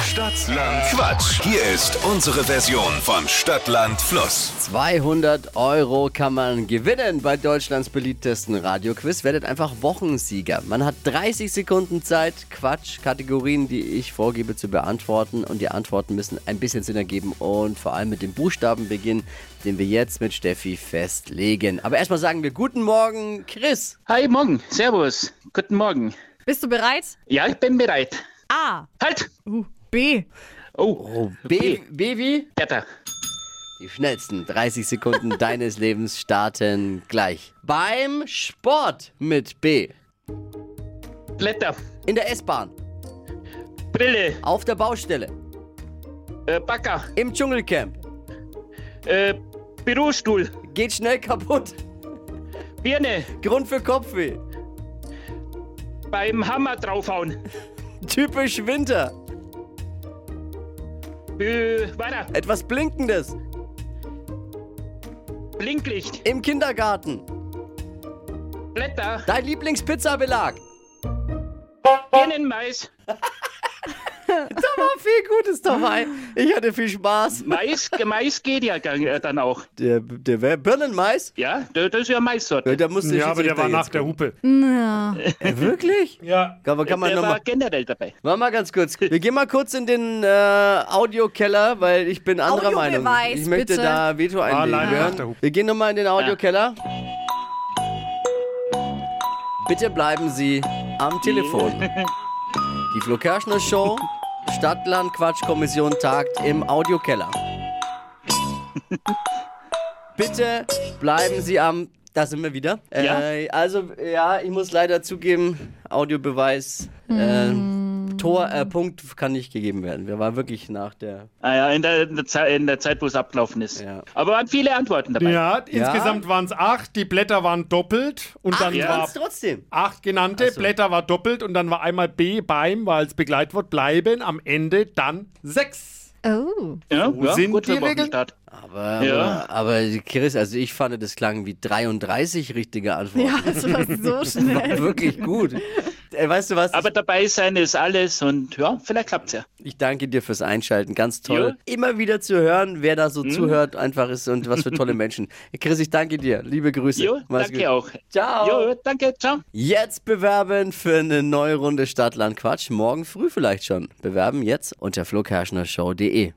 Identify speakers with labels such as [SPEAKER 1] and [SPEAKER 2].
[SPEAKER 1] Stadtland Quatsch. Hier ist unsere Version von Stadtland Fluss.
[SPEAKER 2] 200 Euro kann man gewinnen bei Deutschlands beliebtesten Radioquiz. Werdet einfach Wochensieger. Man hat 30 Sekunden Zeit, Quatsch, Kategorien, die ich vorgebe, zu beantworten. Und die Antworten müssen ein bisschen Sinn ergeben und vor allem mit dem Buchstaben beginnen, den wir jetzt mit Steffi festlegen. Aber erstmal sagen wir Guten Morgen, Chris.
[SPEAKER 3] Hi, morgen. Servus. Guten Morgen.
[SPEAKER 4] Bist du bereit?
[SPEAKER 3] Ja, ich bin bereit.
[SPEAKER 4] A.
[SPEAKER 3] Halt!
[SPEAKER 4] Uh, B.
[SPEAKER 3] Oh,
[SPEAKER 2] B, B wie?
[SPEAKER 3] Bertha.
[SPEAKER 2] Die schnellsten 30 Sekunden deines Lebens starten gleich. Beim Sport mit B.
[SPEAKER 3] Blätter.
[SPEAKER 2] In der S-Bahn.
[SPEAKER 3] Brille.
[SPEAKER 2] Auf der Baustelle.
[SPEAKER 3] Äh, Bagger.
[SPEAKER 2] Im Dschungelcamp.
[SPEAKER 3] Äh, Bürostuhl.
[SPEAKER 2] Geht schnell kaputt.
[SPEAKER 3] Birne.
[SPEAKER 2] Grund für Kopfweh.
[SPEAKER 3] Beim Hammer draufhauen.
[SPEAKER 2] Typisch Winter.
[SPEAKER 3] Äh, weiter.
[SPEAKER 2] Etwas Blinkendes.
[SPEAKER 3] Blinklicht.
[SPEAKER 2] Im Kindergarten.
[SPEAKER 3] Blätter.
[SPEAKER 2] Dein Lieblingspizzabelag.
[SPEAKER 3] Birnenmais.
[SPEAKER 2] Da war viel Gutes dabei. Ich hatte viel Spaß.
[SPEAKER 3] Mais, Mais geht ja gang- äh, dann auch.
[SPEAKER 2] Der, der wär- Birnenmais?
[SPEAKER 3] Ja, da- das ist ja Maissorte.
[SPEAKER 2] Ja, Da musste ich
[SPEAKER 5] Ja, aber der war nach der Hupe.
[SPEAKER 4] Na.
[SPEAKER 2] Wirklich?
[SPEAKER 5] Ja.
[SPEAKER 2] Aber kann man
[SPEAKER 3] der war
[SPEAKER 2] nochmal.
[SPEAKER 3] generell dabei.
[SPEAKER 2] Warte mal ganz kurz. Wir gehen mal kurz in den äh, Audiokeller, weil ich bin anderer Meinung.
[SPEAKER 4] Audiobeweis,
[SPEAKER 2] Ich möchte
[SPEAKER 4] bitte.
[SPEAKER 2] da Veto einlegen.
[SPEAKER 5] leider nach der
[SPEAKER 2] hören.
[SPEAKER 5] Hupe.
[SPEAKER 2] Wir gehen nochmal in den Audiokeller. Bitte bleiben Sie am Telefon. Die Flo Kerschner Show, Stadtland Quatschkommission tagt im Audiokeller. Bitte bleiben Sie am. Da sind wir wieder.
[SPEAKER 3] Ja.
[SPEAKER 2] Äh, also, ja, ich muss leider zugeben, Audiobeweis.
[SPEAKER 3] Hm.
[SPEAKER 2] Äh, Tor, äh, Punkt kann nicht gegeben werden. Wir waren wirklich nach der.
[SPEAKER 3] Ah, ja, in der, in der, Ze- in der Zeit, wo es abgelaufen ist.
[SPEAKER 2] Ja.
[SPEAKER 3] Aber waren viele Antworten dabei.
[SPEAKER 5] Ja, insgesamt waren es acht, die Blätter waren doppelt und dann
[SPEAKER 3] ja.
[SPEAKER 5] war
[SPEAKER 2] Ganz trotzdem.
[SPEAKER 5] acht genannte, Blätter war doppelt und dann war einmal B beim, war als Begleitwort bleiben, am Ende dann sechs.
[SPEAKER 4] Oh.
[SPEAKER 3] Ja,
[SPEAKER 5] So sind
[SPEAKER 3] guter
[SPEAKER 5] die Regeln.
[SPEAKER 3] Wochenstart.
[SPEAKER 2] Aber,
[SPEAKER 3] Ja.
[SPEAKER 2] aber Chris, also ich fand, das klang wie 33 richtige Antworten.
[SPEAKER 4] Ja, das war so
[SPEAKER 2] War
[SPEAKER 4] schnell.
[SPEAKER 2] wirklich gut. Äh, Weißt du was?
[SPEAKER 3] Aber dabei sein ist alles und ja, vielleicht klappt's ja.
[SPEAKER 2] Ich danke dir fürs Einschalten. Ganz toll. Immer wieder zu hören, wer da
[SPEAKER 3] Mhm.
[SPEAKER 2] so zuhört, einfach ist und was für tolle Menschen. Chris, ich danke dir. Liebe Grüße.
[SPEAKER 3] Jo,
[SPEAKER 2] Mach's
[SPEAKER 3] danke
[SPEAKER 2] gut.
[SPEAKER 3] auch.
[SPEAKER 2] Ciao.
[SPEAKER 3] Jo, danke, ciao.
[SPEAKER 2] Jetzt bewerben für eine neue Runde Stadtland Quatsch. Morgen früh vielleicht schon. Bewerben jetzt unter flokerschnershow.de.